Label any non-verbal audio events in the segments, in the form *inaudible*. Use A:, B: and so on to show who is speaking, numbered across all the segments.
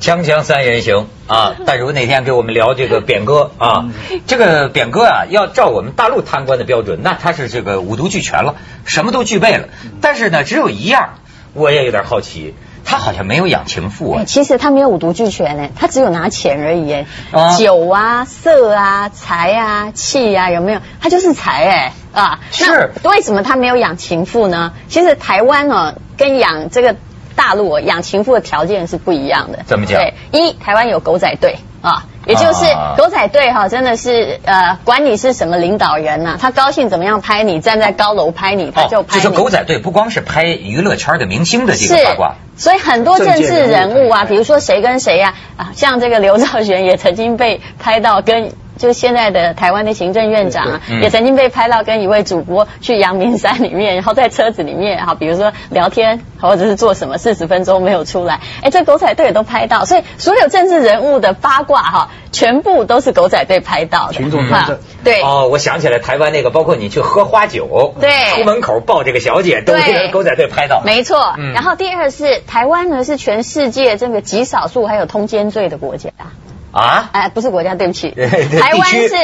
A: 锵锵三人行
B: *laughs*
A: 啊！大如那天给我们聊这个扁哥啊，
B: 嗯
A: 这个扁哥啊，要照我们大陆贪官的标准，那他是这个五毒俱全了，什么都具备了。
B: 嗯
A: 但是呢，只有一样，我也有点好奇，他好像没有养情妇啊
B: 哎，。其实他没有五毒俱全呢，他只有拿钱而已哎、
A: 啊
B: 酒啊、色啊、财啊、气啊，有没有？他就是财哎、啊。
A: 是
B: 那为什么他没有养情妇呢？其实台湾哦，跟养这个大陆、哦、养情妇的条件是不一样的。
A: 怎么讲
B: 对，一台湾有狗仔队啊。也就是
A: 啊
B: 狗仔队哈、真的是呃，管你是什么领导人呐、啊他高兴怎么样拍你，站在高楼拍你，哎他就
A: 哦，
B: 拍
A: 就
B: 你。
A: 是狗仔队不光是拍娱乐圈的明星的这个八卦，
B: 所以很多政治人物啊，
C: 政界人物
B: 比如说谁跟谁呀、啊，像这个刘兆玄也曾经被拍到跟。就是现在的台湾的行政院长啊，
A: 嗯
B: 也曾经被拍到跟一位主播去阳明山里面，然后在车子里面啊哈，比如说聊天或者是做什么，四十分钟没有出来，哎，这狗仔队也都拍到，所以所有政治人物的八卦哈，全部都是狗仔队拍到的，
C: 群众
B: 哈
C: 参政
B: 对，
A: 哦，我想起来台湾那个，包括你去喝花酒，
B: 对
A: 出门口抱这个小姐，都
B: 对
A: 是狗仔队拍到。
B: 没错。
A: 嗯
B: 然后第二是台湾呢是全世界这个极少数还有通奸罪的国家。
A: 啊，
B: 哎，不是国家，对不起，
A: *laughs* 对对
B: 台湾
A: 地区
B: 是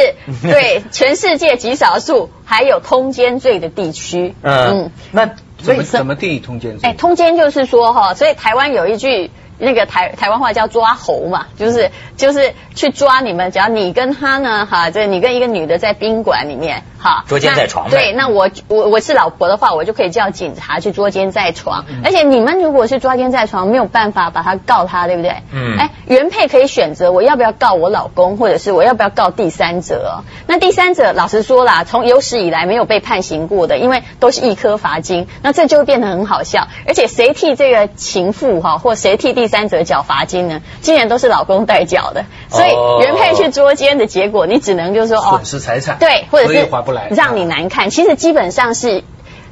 B: 对全世界极少数还有通奸罪的地区。
A: 嗯，，那
C: 怎
A: 为
C: 么
A: 什
C: 怎
A: 么
C: 么定义通奸罪？
B: 哎，通奸就是说哈，所以台湾有一句。那个台台湾话叫抓猴嘛，就是就是去抓你们，只要你跟他呢，哈，这你跟一个女的在宾馆里面，哈，
A: 捉奸在床
B: 那
A: 呗
B: 对，那我我我是老婆的话，我就可以叫警察去捉奸在床，
A: 嗯
B: 而且你们如果是抓奸在床，没有办法把他告他，对不对？
A: 嗯
B: 哎，原配可以选择我要不要告我老公，或者是我要不要告第三者哦。那第三者老实说啦，从有史以来没有被判刑过的，因为都是一颗罚金，那这就会变得很好笑。而且谁替这个情妇哈、或谁替第三者缴罚金呢？竟然都是老公代缴的，所
A: 哦
B: 以原配去捉奸的结果，你只能就说哦
C: 损，失财产，
B: 对，或者
C: 所以
B: 是
C: 划不来，
B: 让你难看。其实基本上是。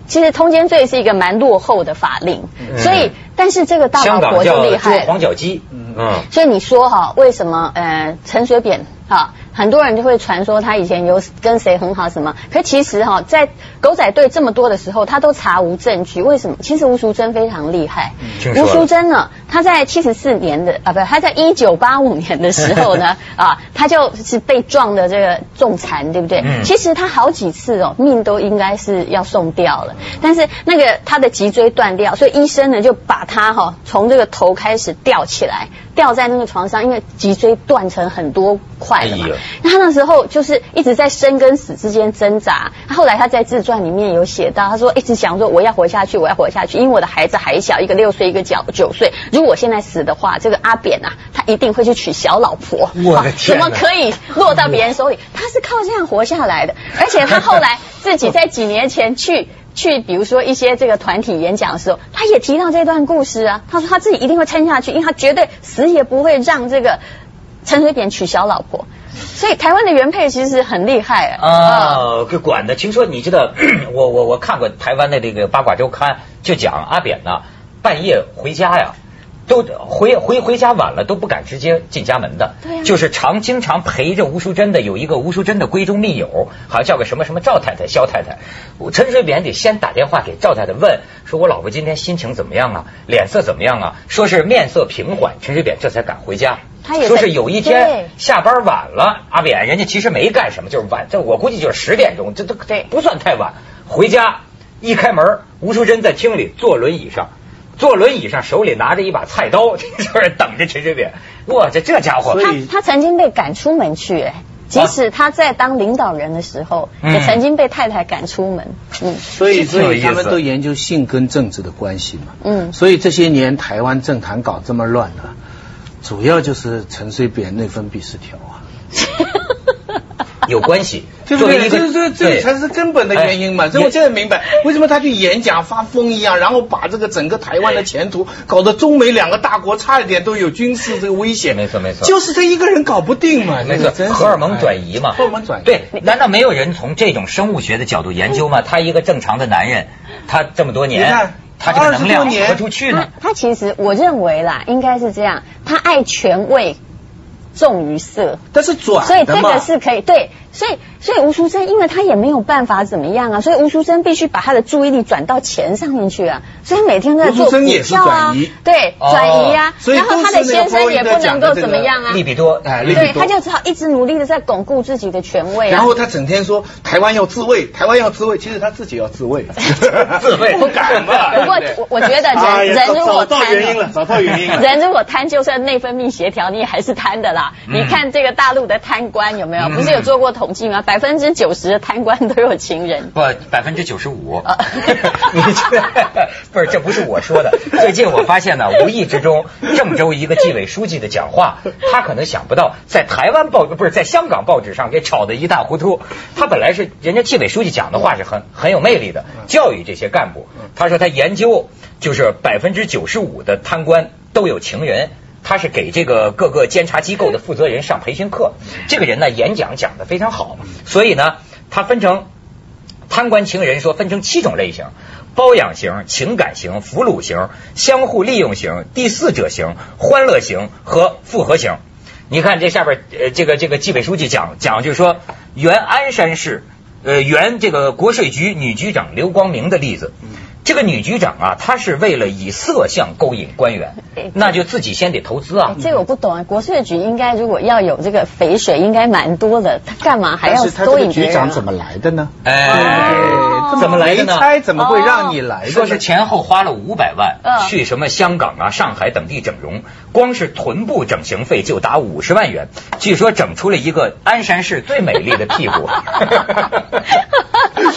B: 其实通奸罪是一个蛮落后的法令，
A: 嗯
B: 所以但是这个大
A: 香
B: 法
A: 港
B: 国就
A: 叫
B: 厉
A: 捉
B: 害了。
A: 黄脚鸡？
C: 嗯
A: 嗯，
B: 所以你说哈、为什么呃陈水扁哈、很多人就会传说他以前有跟谁很好什么，可其实哈、在狗仔队这么多的时候，他都查无证据，为什么？其实吴淑珍非常厉害，
A: 嗯听说
B: 吴
A: 了
B: 淑珍呢，她在七十四年的啊不，她在一九八五年的时候呢啊，她就是被撞的这个重残，对不对？
A: 嗯
B: 其实她好几次哦，命都应该是要送掉了，但是那个她的脊椎断掉，所以医生呢就把她哈、从这个头开始吊起来，吊在那个床上，因为脊椎断成很多块了嘛
A: 哎呦。
B: 那他那时候就是一直在生跟死之间挣扎。他后来他在自传里面有写到，他说一直想说我要活下去，我要活下去，因为我的孩子还小，一个六岁，一个九九岁。如果我现在死的话，这个阿扁啊，他一定会去娶小老婆。 *laughs*
A: 我的
B: 啊
A: 天
B: 怎
A: 哪
B: 么可以落到别人手里？他是靠这样活下来的，
A: *laughs*
B: 而且他后来自己在几年前去。去，比如说一些这个团体演讲的时候，他也提到这段故事啊。他说他自己一定会撑下去，因为他绝对死也不会让这个陈水扁娶小老婆。所以台湾的原配其实很厉害啊。
A: 啊，给管的。听说你知道，我我我看过台湾的这个八卦周刊，就讲阿扁呐，半夜回家呀，都回回回家晚了都不敢直接进家门的，
B: 对呀
A: 就是常经常陪着吴淑珍的有一个吴淑珍的闺中密友，好像叫个什么什么赵太太、肖太太。我陈水扁得先打电话给赵太太问，说我老婆今天心情怎么样啊，脸色怎么样啊？说是面色平缓，陈水扁这才敢回家。
B: 他也在
A: 说是有一
B: 对
A: 天下班晚了，阿扁人家其实没干什么，就是晚，这我估计就是十点钟，这都
B: 对
A: 不算太晚。回家一开门，吴淑珍在厅里坐轮椅上，坐轮椅上手里拿着一把菜刀， *laughs* 这就是等着陈水扁。哇，这这家伙
C: 所
B: 他
C: 以
B: 他曾经被赶出门去，哎即使他在当领导人的时候，
A: 嗯
B: 也曾经被太太赶出门。嗯
C: 所以
A: 这挺有
C: 所
A: 意
C: 以
A: 思
C: 他们都研究性跟政治的关系嘛。
B: 嗯，
C: 所以这些年台湾政坛搞这么乱了，主要就是陈水扁内分泌失调啊。
A: 有关
C: *laughs*
A: 系，
C: 对不
A: 作为
C: 对？
A: 一个
C: 这这这
A: 对
C: 个才是根本的原因嘛。
A: 哎
C: 所以我现在明白为什么他去演讲发疯一样，然后把这个整个台湾的前途搞得中美两个大国差一点都有军事这个危险。
A: 没错没错
C: 就是他一个人搞不定嘛。
A: 没
C: 这个
A: 错
C: 真，是哎
A: 荷尔蒙转移嘛，
C: 荷尔蒙转移。
A: 对，难道没有人从这种生物学的角度研究吗？他一个正常的男人，他这么多
C: 你
A: 年
C: 看，
A: 他这个能量
C: 20多年嗯
A: 何出去
B: 他
A: 呢？
B: 他其实我认为啦，应该是这样，他爱权位重于色，
C: 但是转
B: 所以
C: 的
B: 这
C: 嘛
B: 个是可以对，所以所以吴淑珍，因为她也没有办法怎么样啊，所以吴淑珍必须把她的注意力转到钱上面去啊，所以每天都在做
C: 吴淑
B: 股
C: 珍也是
B: 票啊
C: 转移，
B: 对，
A: 哦
B: 转移啊，
C: 所以
B: 然后她的
C: 都是那
B: 先
C: 个
B: 生也不
C: Freud
B: 能
C: 讲的
B: 够
C: 这个
B: 怎么样啊，
A: 利比多，
C: 哎利比
B: 对，
C: 多
B: 她就只好一直努力的在巩固自己的权位啊。
C: 然后他整天说台湾要自卫，台湾要自卫，其实他自己要自卫，
A: 自卫
C: *laughs* 不敢嘛。
B: 不过
C: 对对
D: *laughs*
B: 我我觉得人、
D: 哎呀
B: 人
D: 找
B: 如
D: 找
B: 果
D: 到
B: 贪
D: 原因了找到原因了
B: 人如果贪就算内分泌协调，你也还是贪的啦。
A: 嗯
B: 你看这个大陆的贪官有没有？
A: 嗯
B: 不是有做过统计吗？百分之九十的贪官都有情人。
A: 不，百分之九十五
B: 啊。
A: 你这 *laughs* 不是，这不是我说的。最近我发现呢，无意之中，郑州一个纪委书记的讲话，他可能想不到，在台湾报不是在香港报纸上给炒得一塌糊涂。他本来是人家纪委书记讲的话是很很有魅力的，教育这些干部。他说他研究就是百分之九十五的贪官都有情人。他是给这个各个监察机构的负责人上培训课，这个人呢演讲讲得非常好，所以呢他分成贪官情人说分成七种类型：包养型、情感型、俘虏型、相互利用型、第四者型、欢乐型和复合型。你看这下边，呃，这个这个纪委书记讲讲，就是说原鞍山市呃原这个国税局女局长刘光明的例子。
C: 嗯
A: 这个女局长啊，她是为了以色相勾引官员
B: 哎，
A: 那就自己先得投资
B: 哎
C: 嗯
A: 啊。
B: 这个我不懂啊，国税局应该如果要有这个肥水，应该蛮多的，他干嘛还
C: 但
B: 要
C: 是他这
B: 勾
C: 个
B: 引别
C: 局
B: 人、
C: 长怎
B: 啊？
C: 么来的呢？
A: 哎
B: 哦，
A: 怎么来的
C: 没
A: 呢？
C: 猜怎么会让你来的呢？
A: 说
C: *laughs*
A: 是前后花了五百万、
B: 嗯
A: 去什么香港啊、上海等地整容，光是臀部整形费就达五十万元，据说整出了一个鞍山市最美丽的屁股。 *laughs*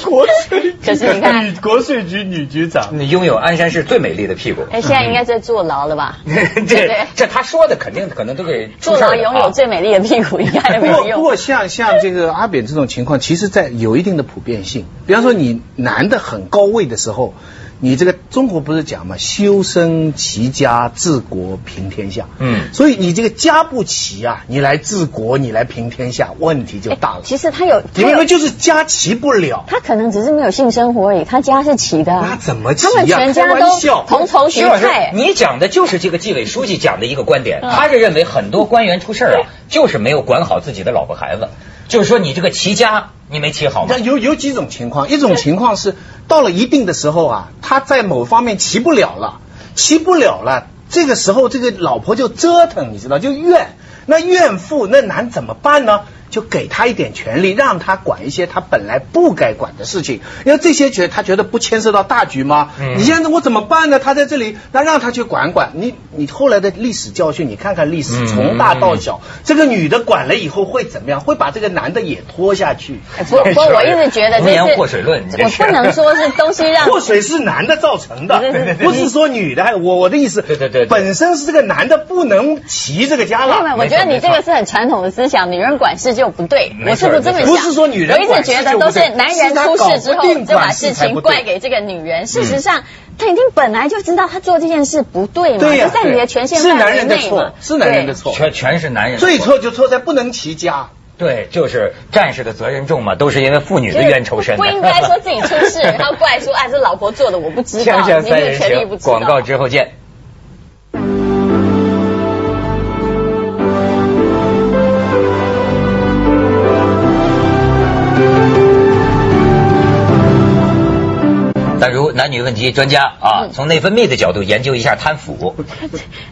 D: 国税
B: 可是你看
D: 女 *laughs* 国税局女局长，
A: 你拥有鞍山市最美丽的屁
B: *laughs*
A: 股，
B: 哎，现在应该在坐牢了吧？
C: 嗯
A: 这这他说的肯定可能都给出
B: 坐
A: 事儿
B: 牢
A: 了
B: 拥有
A: 啊
B: 最美丽的屁股，应该
C: 不
B: 没有
C: 过不
B: 用。哎
C: 过像像这个阿扁这种情况，其实在有一定的普遍性。比方说你男的很高位的时候，你这个中国不是讲嘛，修身齐家治国平天下。
A: 嗯
C: 所以你这个家不齐啊，你来治国，你来平天下，问题就大了。
B: 其实他有，哎
C: 你
B: 他有
C: 们就是家齐不了。
B: 他可能只是没有性生活而已，他家是齐的、啊。
C: 那怎么齐呀
B: 他们全家
C: 开玩
B: 都
C: 笑
B: 同仇
A: 徐
B: 敌
A: 老师
B: 忾，。
A: 你讲的就是这个纪委书记讲的一个观点，
B: 嗯
A: 他是认为很多官员出事儿啊，就是没有管好自己的老婆孩子，就是说你这个齐家你没齐好吗
C: 那？有有几种情况，一种情况是到了一定的时候啊，他在某方面骑不了了，骑不了了，这个时候这个老婆就折腾，你知道，就怨。那怨妇那男怎么办呢？就给他一点权利，让他管一些他本来不该管的事情，因为这些觉得他觉得不牵涉到大局吗？
A: 嗯
C: 你现在我怎么办呢？他在这里，那让他去管管你。你后来的历史教训，你看看历史
A: 嗯
C: 从大到小，这个女的管了以后会怎么样？会把这个男的也拖下去。
B: 哎不不过我一直觉得
A: 红
B: 这
A: 颜
B: 是
A: 祸水论你这
B: 我
A: 是
B: 不能说是东西
C: *laughs*
B: 让
C: 祸水是男的造成
B: 对对对
C: 的，不是说女的。还有我我的意思，
A: 对对对对
C: 本身是这个男的不能骑这个家
B: 没有没有，
C: 了。
B: 我觉得你这个是很传统的思想，女人管事就不对，
A: 没
B: 我
A: 错
B: 是不是这么想？
C: 不是说女人
B: 我一直觉得都是男人出事之
C: 管事就
B: 后
C: 不对是他搞不定
B: 就把
C: 管
B: 事
C: 事才
B: 情
C: 不对
B: 怪给这个女人。事实上，他一定本来就知道他做这件事不对嘛，
C: 对呀
B: 就在你的权限
C: 是
B: 范
C: 男
B: 围
C: 人的
B: 内嘛
C: 错，，是男人的
B: 对。
C: 错，
A: 全全是男人的
C: 最错就错在不能骑家。
A: 对，就是战士的责任重嘛，都是因为妇女的冤仇深的。
B: 不应该说自己出
A: *laughs*
B: 事，然
C: *laughs*
B: 后怪说啊这老婆做的我不知道，
A: 锵锵
B: 你
A: 三
B: 有
A: 人
B: 权利不
A: 行，
B: 知道。
A: 广告之后见。但如男女问题专家啊，
B: 嗯
A: 从内分泌的角度研究一下贪腐。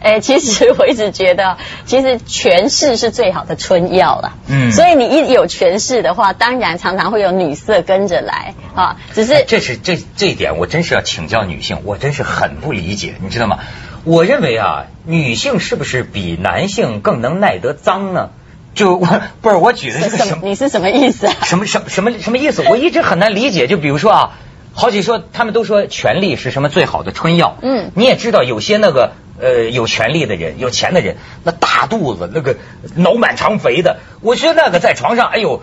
B: 哎，其实我一直觉得，其实权势是最好的春药了。
A: 嗯
B: 嗯，所以你一有权势的话，当然常常会有女色跟着来啊。只是
A: 哎这是这这一点，我真是要请教女性，我真是很不理解，你知道吗？我认为啊，女性是不是比男性更能耐得脏呢？就我不是我举的
B: 什
A: 这个什
B: 什
A: 么
B: 你是什么意思啊？
A: 什么什么什么什么意思？我一直很难理解。就比如说啊，好几说他们都说权力是什么最好的春药。
B: 嗯
A: 你也知道有些那个呃有权力的人、有钱的人，那大肚子、那个脑满肠肥的，我觉得那个在床上，哎呦，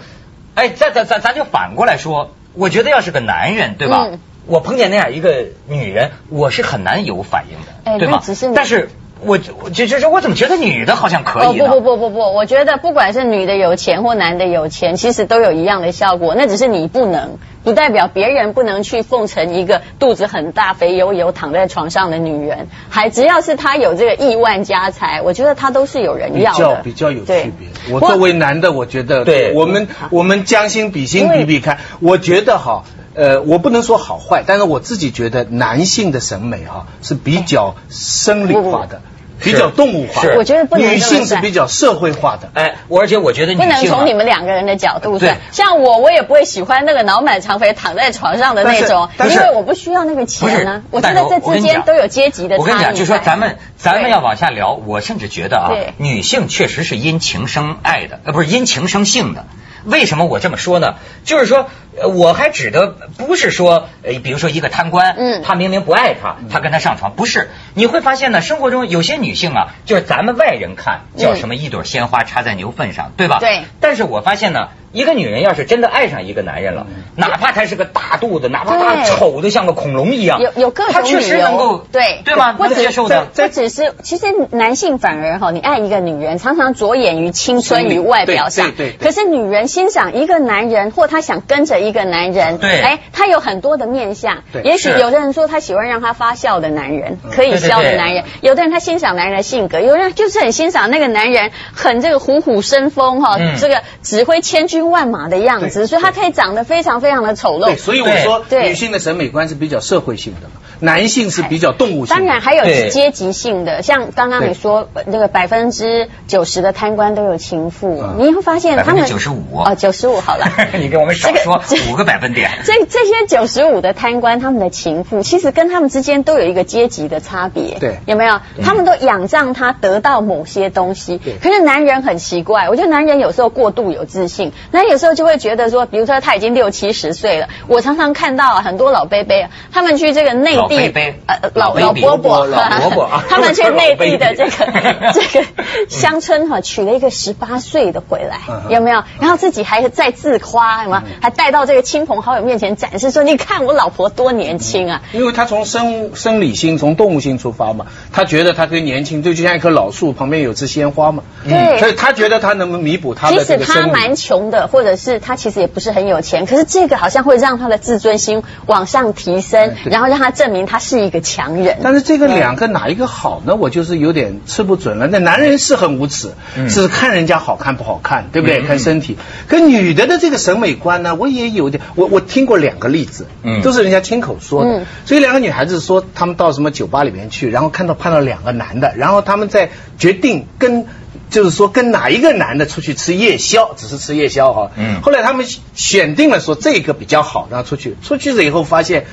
A: 哎，咱咱咱咱就反过来说，我觉得要是个男人，对吧？
B: 嗯
A: 我碰见那样一个女人，我是很难有反应的，
B: 哎
A: 对吗
B: 那？只是你
A: 但是我我就就是我怎么觉得女的好像可以呢？
B: 哦不不不不不，我觉得不管是女的有钱或男的有钱，其实都有一样的效果，那只是你不能。不代表别人不能去奉承一个肚子很大、肥油油躺在床上的女人，还只要是她有这个亿万家财，我觉得她都是有人
C: 比
B: 要
C: 较
B: 的，
C: 比较有区
B: 对
C: 别。我
B: 不过
C: 作为男的，我觉得，
A: 对
C: 我们我们将心比心比比看，我觉得哈。呃，我不能说好坏，但是我自己觉得男性的审美哈、是比较生理化的，
A: 不
C: 比较动物化
A: 是
C: 的，
B: 我觉得不能这么
C: 女性是
B: 算
C: 比较社会化的。
A: 哎，我而且我觉得女
B: 不
A: 性、啊、
B: 能从你们两个人的角度
A: 对
B: 算，像我，我也不会喜欢那个脑满肠肥躺在床上的那种，
C: 但是但是
B: 因为我不需要那个
A: 不是
B: 钱啊。我觉
A: 但
B: 得
A: 是
B: 这
A: 我跟
B: 之
A: 你
B: 间
A: 讲
B: 都有阶级的差异在。
A: 我跟你讲，就说咱们咱们
B: 对
A: 要往下聊，我甚至觉得啊
B: 对，
A: 女性确实是因情生爱的，呃，不是因情生性的。为什么我这么说呢？就是说，呃我还指的不是说，呃，比如说一个贪官，
B: 嗯
A: 他明明不爱她，他跟她上床，不是。你会发现呢，生活中有些女性啊，就是咱们外人看叫
B: 嗯
A: 什么一朵鲜花插在牛粪上，对吧？
B: 对。
A: 但是我发现呢，一个女人要是真的爱上一个男人了，哪怕他是个大肚子，哪怕他
B: 嗯对
A: 丑的像个恐龙一样，
B: 有有各
A: 他
B: 种
A: 确实
B: 理由
A: 能够
B: 对
A: 对吗？
B: 不
A: 能
B: 止
A: 接受的。
B: 不只是，其实男性反而哈，你爱一个女人，常常着眼于青春与外表上。
C: 对对对对
B: 可是女人欣赏一个男人，或她想跟着一个男人，
A: 对
B: 哎，她有很多的面相。
C: 对
B: 也许
A: 是嗯
B: 有的人说她喜欢让他发笑的男人，可以
A: 对对
B: 笑的
A: 对
B: 男人；有的人她欣赏男人的性格，有的人就是很欣赏那个男人很这个虎虎生风哈，
A: 嗯
B: 这个指挥千军万马的样子，
C: 对
B: 所以他可以长得非常非常的丑陋
C: 对，。所以我说
B: 对
C: 女性的审美观是比较社会性的嘛，男性是比较动物性的。
B: 当然还有
A: 对
B: 阶级性的，像刚刚你说呃那个百分之九十的贪官都有情妇，
C: 嗯
B: 你会发现他们
A: 95。
B: 哦，九十五好了
A: 你给我们少说
B: 这这
A: 五个百分点
B: 这这些九十五的贪官，他们的情妇其实跟他们之间都有一个阶级的差别，
C: 对
B: 有没有？他们都仰仗他得到某些东西
C: 对，
B: 可是男人很奇怪，我觉得男人有时候过度有自信，男人有时候就会觉得说，比如说他已经六七十岁了，我常常看到啊很多老伯伯啊，他们去这个内
A: 老
B: 地
A: 伯伯
B: 呃老
A: 老
B: 老
A: 伯伯
B: 伯伯
A: 老伯伯啊
B: *laughs* 他们去内地的这
A: 老伯伯
B: 个这个乡村哈、娶了一个十八岁的回来
C: 嗯，
B: 有没有？然后自己还在自夸，有吗？
A: 嗯
B: 还带到这个亲朋好友面前展示说，你看我老婆多年轻
A: 嗯
B: 啊！
C: 因为他从生生理性、从动物性出发嘛，他觉得他跟年轻就就像一棵老树旁边有枝鲜花嘛，
B: 对
C: 所以他觉得他能弥补他
B: 即
C: 的这
B: 使
C: 个
B: 他
C: 生理。
B: 蛮穷的，或者是他其实也不是很有钱，可是这个好像会让他的自尊心往上提
A: 哎
B: 升，
C: 对
B: 然后让他证明他是一个强人。
C: 但是这
A: 嗯
C: 个两个哪一个好呢？我就是有点吃不准了。那男人是很无耻，
A: 嗯
C: 只是看人家好看不好看，对不对？
A: 嗯
C: 看身体。可女的的这个审美观呢，我也有点，我我听过两个例子，
A: 嗯
C: 都是人家亲口说的。
B: 嗯
C: 所以两个女孩子说，她们到什么酒吧里面去，然后看到碰到两个男的，然后她们在决定跟。就是说，跟哪一个男的出去吃夜宵，只是吃夜宵哈、
A: 嗯
C: 后来他们选定了说这个比较好，然后出去。出去了以后发现，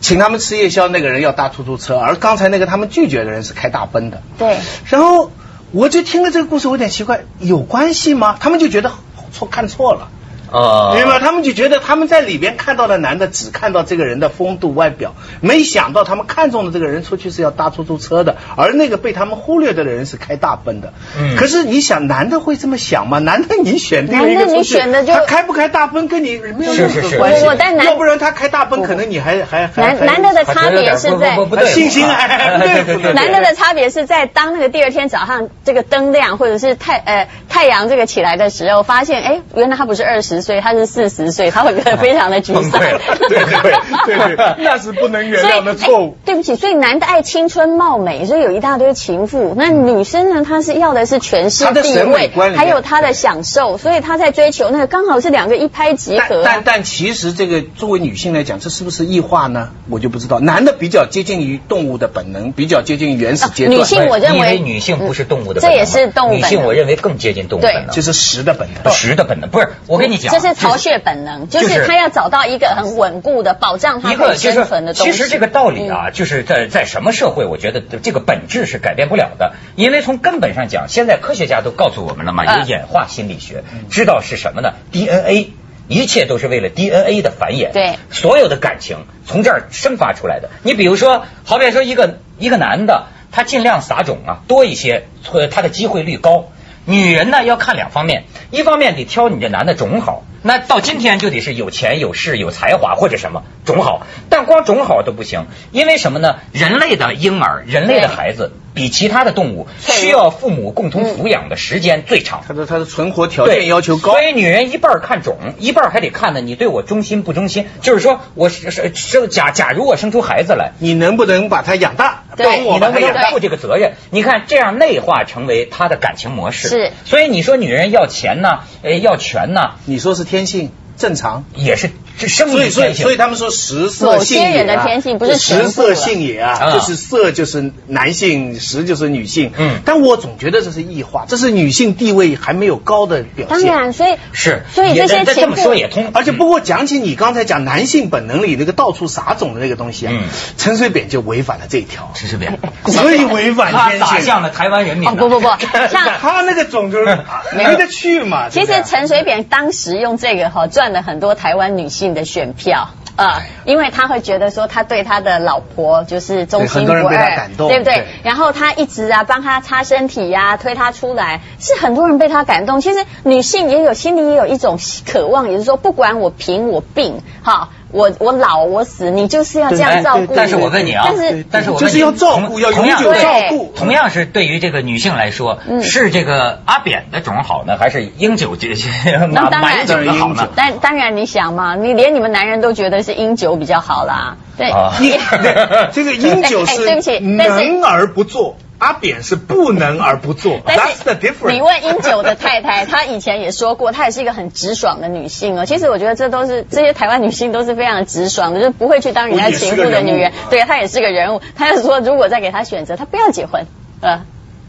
C: 请他们吃夜宵那个人要搭出租车，而刚才那个他们拒绝的人是开大奔的。
B: 对，
C: 然后我就听了这个故事，我有点奇怪，有关系吗？他们就觉得哦错看错了。
A: 啊
C: 明白吗？他们就觉得他们在里边看到的男的只看到这个人的风度外表，没想到他们看中的这个人出去是要搭出租车的，而那个被他们忽略的人是开大奔的。
A: 嗯
C: 可是你想，男的会这么想吗？男的你选定了一个
B: 男的你
C: 出去
B: 选的就
C: 他开不开大奔跟你没有
A: 是
C: 任
A: 是
C: 何
A: 是
C: 关系
B: 不不但，男
C: 要不然他开大奔可能你还还还
B: 男
C: 还
B: 男的的
A: 我觉
B: 差
A: 得有点
B: 别是在
A: 不不不对付啊，
C: 信心哎
A: 对对
C: 对对
A: 对，
B: *laughs*
C: 对
B: 男的的差别是在当那个第二天早上这个灯亮，或者是太呃太阳这个起来的时候，发现哎，原来他不是二十岁，他是四十岁，他会觉得非常 *laughs* 的沮丧。
A: 崩溃了 *laughs*
D: 对对对对，
B: *laughs*
D: 那是不能原
B: 所以
D: 谅的错误
B: 哎。对不起，所以男的爱青春貌美，所以有一大堆情妇。那女生呢，她是要的是权势
C: 她的
B: 地
C: 审美
B: 位
C: 观里，面
B: 还有她的享受，所以她在追求那个刚好是两个一拍即
C: 但
B: 合啊、
C: 但但其实这个作为女性来讲，这是不是异化呢？我就不知道。男的比较接近于动物的本能，比较接近于原始阶段，
B: 啊女性我认为
A: 你女性不是动物的本
B: 这
A: 能吗，
B: 也是动物本
A: 女
B: 能
A: 性我认为更接近动物
B: 对
A: 本能，
C: 就是食的本能。
B: 哦
A: 实的本能。不是，我跟你讲，
B: 这是曹雪本能，啊就
A: 就是
B: 是他要找到一个很稳固的保障他
A: 一
B: 可
A: 个
B: 以
A: 就
B: 生
A: 是
B: 存的东西。
A: 其实这个道理啊，就是在在什么社会，我觉得这个本质是改变不了的，因为从根本上讲，现在科学家都告诉我们了嘛，
B: 嗯
A: 有演化心理学，知道是什么呢？DNA。一切都是为了 DNA 的繁衍，
B: 对
A: 所有的感情从这儿生发出来的。你比如说，好比说一个一个男的，他尽量撒种啊多一些，呃他的机会率高。女人呢要看两方面，一方面得挑你这男的种好，那到今天就得是有钱有势有才华或者什么种好，但光种好都不行，因为什么呢？人类的婴儿，人类的孩子比其他的动物需要父母共同抚养的时间最长。
C: 它的它的存活条
A: 对，
C: 件要求高
A: 所，以女人一半儿看种，一半儿还得看呢，你对我忠心不忠心。就是说我是是生假假如我生出孩子来，
C: 你能不能把它养大？
B: 对
C: 帮
A: 你
C: 我把
A: 能
C: 它
A: 不能
C: 养大
A: 负这个责任？你看这样内化成为她的感情模式。
B: 是
A: 所以你说女人要钱呐、呃要权呐、
C: 你说是天性正常，
A: 也是这生
C: 所
A: 理
C: 以所以
A: 天性
C: 所以。他们说食色性也、啊，
B: 某些人的天性不是全部
C: 食色性也啊，
A: 啊
C: 就是色就是男性，食就是女性。
A: 嗯
C: 但我总觉得这是异化，这是女性地位还没有高的表
B: 当
C: 现。
B: 然，所以
A: 是，
B: 所以
A: 也
B: 这些
A: 这
B: 情
A: 么
B: 妇
A: 说也通，
C: 而且不过讲起你刚才讲男性本能里那个到处撒种的那个东西啊，
A: 嗯
C: 陈水扁就违反了这一条，
A: 陈水
C: *laughs*
A: 扁，
C: 所以违反
A: 他
C: 天
A: 打
C: 性。
A: 向了台湾人民呢。
B: 哦不
A: *laughs*
B: 不不，
C: *laughs*
B: 像
C: 他那个种就是 *laughs* 啊没得去嘛。
B: 其
C: 对
B: 实
C: 不对
B: 陈水扁当时用这个哈、赚了很多台湾女性的选票。
C: 哎
B: 啊、因为他会觉得说他对他的老婆就是忠
C: 对
B: 心
C: 很
B: 不
C: 多人被他
B: 二
C: 感，动
B: 不对
C: 对？
B: 然后他一直啊帮他擦身体呀、推他出来，是很多人被他感动。其实女性也有心里也有一种渴望，也就是说不管我贫我病哈，我我老我死，你就是要这样
A: 哎
B: 照顾。
A: 但是我问你啊，
B: 但是
A: 但是我
C: 就是要照顾，要永久
B: 对
C: 照顾。
A: 同样是对于这个女性来说，
B: 嗯
A: 是这个阿扁的种好呢，还是英九这这
B: 那
A: 马
B: 当
A: 马英
B: 然
A: 九的好呢？
B: 但当然你想嘛，你连你们男人都觉得是英九比较好啦，对。
A: 啊 *laughs*
C: 英 *laughs* 对这个英九
B: 哎对不起
C: 是
B: 但是
C: 能而不做，阿扁是不能而不做。
B: 但
C: That's the
B: 是
C: difference。
B: 你问英九的太太，她以前也说过，她也是一个很直爽的女性哦。其实我觉得这都是这些台湾女性都是非常直爽的，就是不会去当人家情妇的女
C: *laughs* 我也是个人
B: 人
C: 物。
B: 对，她也是个人物。她就说，如果再给她选择，她不要结
C: *laughs*
B: 婚。呃，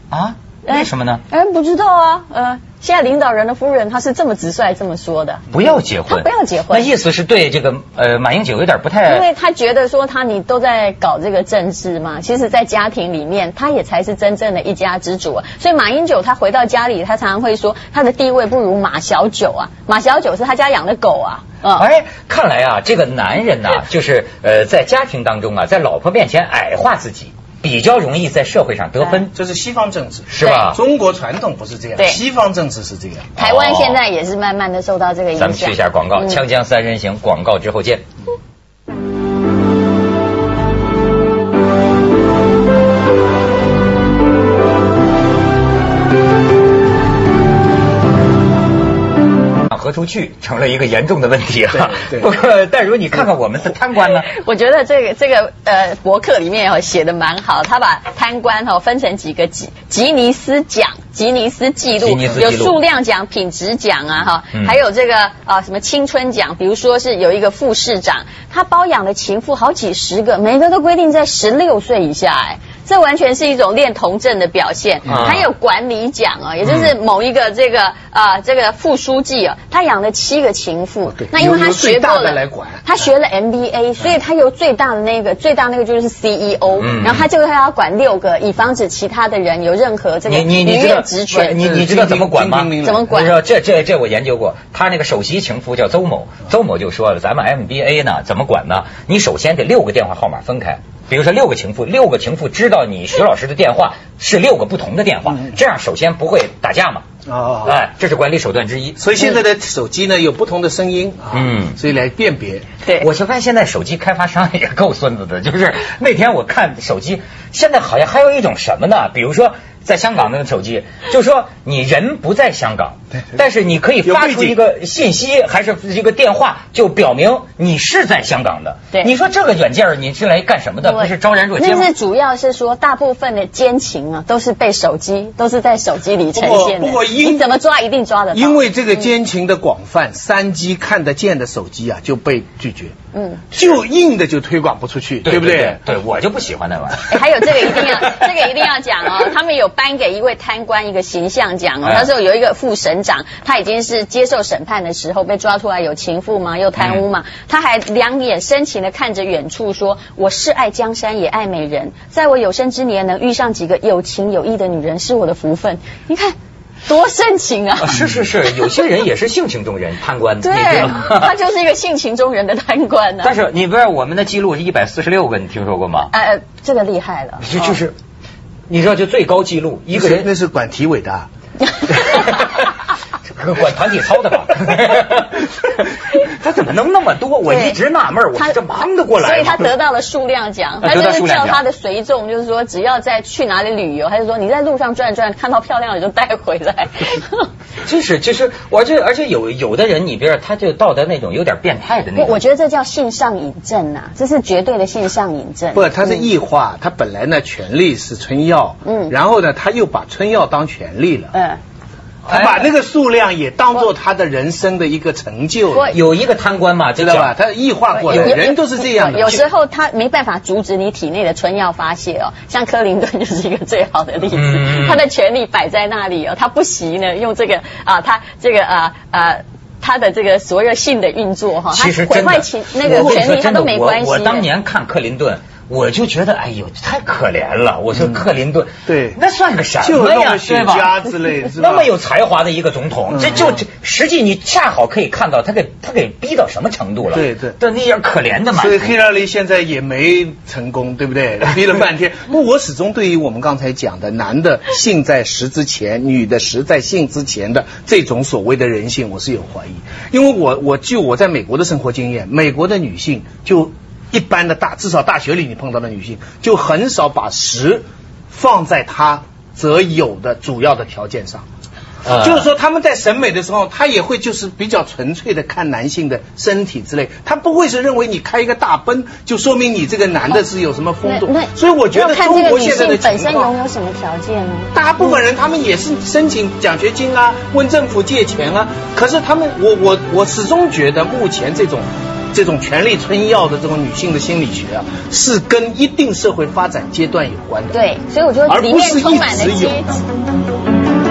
A: 啊？
B: 哎
A: 为什么呢？
B: 哎，不知道啊。呃，现在领导人的夫人，她是这么直率这么说的。
A: 不要结婚，
B: 他不要结
A: 那
B: 婚
A: 意思是对这个呃马英九有点不
B: 因
A: 太
B: 为他觉得说他你都在搞这个政治嘛，其实，在家庭里面，他也才是真正的一家之主、啊。所以马英九他回到家里，他常常会说他的地位不如马小九啊，马小九是他家养的狗啊，嗯，
A: 哎，看来啊，这个男人呐、就是呃，在家庭当中啊，在老婆面前矮化自己，比较容易在社会上得分，
C: 这是西方政
B: 哎
C: 治，
A: 是吧？
C: 中国传统不是这样
B: 对，
C: 西方政治是这样。
B: 台湾现在也是慢慢的受到这个影响。
A: 咱们去一下广告，
B: 嗯
A: 锵锵三人行》广告之后见。何处去成了一个严重的问题啊！*laughs*
C: 对对
A: 不过，但如你看看我们的贪
C: *laughs*
A: 官呢？
B: *laughs* 我觉得这个这个呃博客里面哦写的蛮好，他把贪官哦分成几个吉吉尼斯奖、吉尼斯纪录，
A: 吉尼斯纪录
B: 有数量奖、品质奖啊哈，
A: 嗯
B: 还有这个啊、呃什么青春奖，比如说是有一个副市长，他包养的情妇好几十个，每个都规定在十六岁以下哎。这完全是一种恋童症的表现，
A: 啊
B: 还有管理奖啊，也就是某一个这个呃这个副书记啊，他养了七个情妇
A: 嗯
C: 对，
B: 那因为他
C: 由由最
B: 学过
C: 大的
B: 了，
C: 来管
B: 他学了 MBA，所以他有最大的那个，最大那个就是 CEO，、
A: 嗯
B: 然后他就要管六个，以防止其他的人有任何这个
A: 你你你
B: 逾
A: 知道
B: 越职权。
A: 你你知道怎么管吗
C: 精？明
B: 怎么管
A: 不是哎这这这我研究过，他那个首席情夫叫邹某，邹某就说了，咱们 MBA 呢怎么管呢？你首先得六个电话号码分开，比如说六个情妇，六个情妇知道你徐老师的电话是六个不同的电话
C: 嗯，
A: 这样首先不会打架嘛。
C: 哦
A: 哎，这是管理手段之一。
C: 所以现在的手机呢有不同的声音啊，
A: 嗯
C: 所以来辨别。
B: 对，
A: 我就发现现在手机开发商也够孙子的，就是那天我看手机，现在好像还有一种什么呢？比如说在香港那个手机，就说你人不在香港，但是你可以发
C: 有
A: 出
C: 背景
A: 一个信息还是一个电话，就表明你是在香港的。
B: 对
A: 你说这个软件儿你是来干什么的？
B: 对
A: 不是招人惹奸吗
B: 那？是主要是说，大部分的奸情啊，都是被手机，都是在手机里呈现的。
C: 不过不过因
B: 你怎么抓，一定抓得到。
C: 因为这个奸情的广泛，三 G 看得见的手机啊就被拒绝，
B: 嗯。
C: 就硬的就推广不出去，对不对？？
A: 对，我就不喜欢那玩意儿。
B: *laughs* 哎还有这个一定
A: *laughs*
B: 要，这个一定要讲哦。他们有颁给一位贪官一个形象奖哦。
A: 哎
B: 那时候有一个副省长，他已经是接受审判的时候被抓出来有情妇嘛，又贪污嘛，
A: 嗯
B: 他还两眼深情的看着远处说：“我是爱江山也爱美人，在我有生之年能遇上几个有情有义的女人是我的福分。”你看多深
A: *laughs*
B: 情啊！
A: 啊是是是，有些人也是性情中人，贪官。
B: 对
A: 你知道吗，
B: 他就是一个性情中人的贪官啊呢、
A: 但是你不是我们的记录是一百四十六个，你听说过吗？
B: 哎，呃这个厉害了，
A: 就就是，你知道，就最高记录一个
B: 嗯
C: 那
A: 人，*laughs*
B: 哦 *laughs*
C: 是管体委的啊，
A: 管团体操的
C: *laughs*
A: 吧？他怎么能那么多？我一直纳闷，我
B: 他
A: 这忙得过来吗？
B: 所以他得到了数量奖，
A: 啊
B: 他
A: 得
B: 就
A: 到
B: 是
A: 数量
B: 叫
A: 奖
B: 他的随众，就是说只要在去哪里旅游，他就说你在路上转转，看到漂亮的就带回
A: *laughs*
B: 来。
A: *laughs* 就是就是，我这而且有有的人，你比如他就到达那种有点变态的那
B: 我
A: 种
B: 我。觉得这叫性上瘾症呐、这是绝对的性上嗯瘾症。
C: 不，它是异化，它本来呢权力是春药，
B: 嗯
C: 然后呢他又把春药当权力了，
B: 嗯，
C: 他把那个数量也当做他的人生的一个成就了，
B: 我
A: 有一个贪官嘛，
C: 知
A: 知
C: 道吧？？他异化过来，
B: 呃有有
C: 人都是这样的。
B: 有时候他没办法阻止你体内的春药发泄哦，像克林顿就是一个最好的例子，
A: 嗯
B: 他的权力摆在那里哦，他不惜呢用这个啊，他这个啊啊。他的这个所有性的运作哦哈，他
A: 其实
B: 毁
A: 真的
B: 坏其那个
A: 我跟你
B: 权
A: 说
B: 利，他
A: 真
B: 都
A: 的，
B: 没关系
A: 我
B: 的。
A: 我当年看克林顿。我就觉得，哎呦，太可怜了！我说克林顿，
C: 嗯对
A: 那算个什
C: 就
A: 么
C: 弄
A: 呀，
C: 个雪
A: 对吧？
C: 茄之类
A: *laughs*
C: 是吧嗯
A: 那么有才华的一个总统，这就这实际你恰好可以看到他给他给逼到什么程度了。
C: 对对
A: 但那点可怜的嘛。
C: 所以希拉里现在也没成功，对不对？逼了半天。不，我始终对于我们刚才讲的男的性在实之前，女的实在性之前的这种所谓的人性，我是有怀疑。因为我我据我在美国的生活经验，美国的女性就一般的大，至少大学里你碰到的女性，就很少把实放在她择有的主要的条件上。
B: 啊
A: 呃
C: 就是说他们在审美的时候，他也会就是比较纯粹的看男性的身体之类，他不会是认为你开一个大奔就说明你这个男的是有什么风度
B: 那那。
C: 所以我觉
B: 要
C: 得
B: 看这
C: 中
B: 个
C: 国
B: 女
C: 现在的
B: 性本
C: 情
B: 身拥
C: 况。
B: 有什么条件呢？
C: 大部分人他们也是申请奖学金啊，问政府借钱啊。可是他们，我我我始终觉得目前这种这种权力春药的这种女性的心理学啊，是跟一定社会发展阶段有关的。
B: 对，所以我觉得
C: 而
B: 里
C: 不
B: 面
C: 是
B: 充
C: 一
B: 满了
C: 直
B: 阶
C: 有
B: 级，